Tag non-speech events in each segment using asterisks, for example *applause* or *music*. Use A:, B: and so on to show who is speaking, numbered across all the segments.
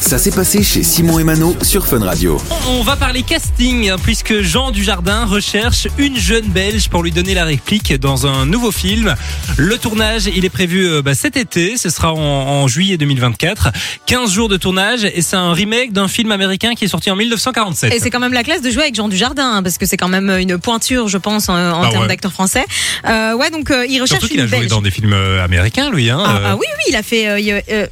A: Ça s'est passé chez Simon et Mano sur Fun Radio.
B: On va parler casting, hein, puisque Jean Dujardin recherche une jeune Belge pour lui donner la réplique dans un nouveau film. Le tournage, il est prévu euh, bah, cet été, ce sera en, en juillet 2024. 15 jours de tournage, et c'est un remake d'un film américain qui est sorti en
C: Et
B: 1947.
C: c'est quand même la classe de jouer avec Jean Dujardin, hein, parce que c'est quand même une pointure, je pense, en, en
B: Bah
C: termes
B: ouais.
C: d'acteur français. Euh, ouais, donc euh, il recherche
B: Surtout qu'il
C: une
B: a joué
C: Belge.
B: dans des films euh, américains, lui. Hein,
C: Ah,
B: euh,
C: ah oui, oui, il a fait euh, il y a- euh,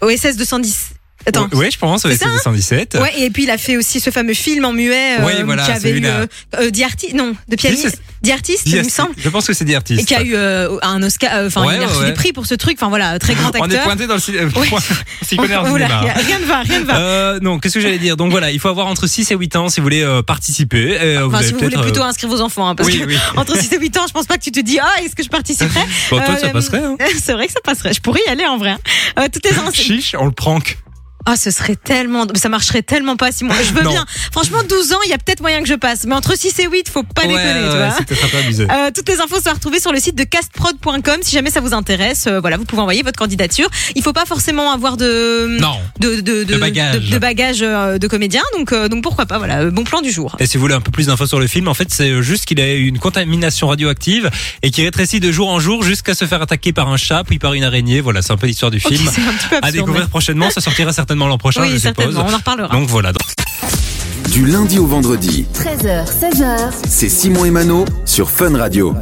C: OSS 210. Attends.
B: Ouais, je pense,
C: C'est ça, hein
B: c'est 117.
C: Ouais, et puis il a fait aussi ce fameux film en muet euh,
B: Ouais, voilà,
C: qui avait eu
B: celui-là.
C: euh, euh, The Arti- non, de
B: Oui,
C: pianiste, The Artist, il me semble,
B: Je pense que c'est des artistes.
C: et qui a eu euh, un Oscar, euh, enfin
B: Ouais,
C: il a reçu
B: ouais, ouais.
C: des prix pour ce truc, enfin voilà, très grand
B: On est
C: acteur.
B: pointé dans le euh, cinéma.
C: Oui. *laughs* Oula,
B: hein.
C: y a- rien ne va, rien ne va.
B: Euh, non, qu'est-ce que j'allais dire Donc voilà, il faut avoir entre 6 et 8 ans si vous voulez euh, participer. Euh,
C: Enfin, si vous
B: peut-être,
C: voulez plutôt
B: euh,
C: inscrire vos enfants, hein, parce
B: oui,
C: que
B: oui.
C: *laughs* entre 6 et 8 ans, je pense pas que tu te dis ah est-ce que
B: *laughs*
C: je participerais
B: Bon, toi,
C: Euh,
B: ça passerait.
C: *laughs*
B: Hein.
C: C'est vrai que ça passerait. Je pourrais y aller en vrai. Euh, toutes les enseignes.
B: Chiche, on le prank.
C: Ah, ce serait tellement. Ça marcherait tellement pas, Simon. Je veux
B: Non.
C: bien. Franchement, 12 ans, il y a peut-être moyen que je passe. Mais entre 6 et 8, faut pas
B: ouais,
C: déconner,
B: ouais,
C: tu vois.
B: c'est peut-être un peu abusé.
C: Euh, toutes les infos sont retrouvées sur le site de castprod.com si jamais ça vous intéresse. euh, voilà, vous pouvez envoyer votre candidature. Il faut pas forcément avoir de
B: Non.
C: de de
B: De bagages.
C: de, de bagages, euh, de comédien. Donc euh, donc pourquoi pas. Voilà, euh, bon plan du jour.
B: Et si vous voulez un peu plus d'infos sur le film, en fait, c'est juste qu'il a eu une contamination radioactive et qui rétrécit de jour en jour jusqu'à se faire attaquer par un chat puis par une araignée. Voilà, c'est un peu l'histoire du
C: Ok,
B: film.
C: c'est un petit peu
B: À
C: absurde.
B: découvrir prochainement, ça sortira certainement l'an prochain, je
C: oui,
B: suppose.
C: certainement. On en reparlera.
B: Donc voilà.
A: Du lundi au vendredi,
D: 13h, 16h.
A: c'est Simon et Mano sur Fun Radio.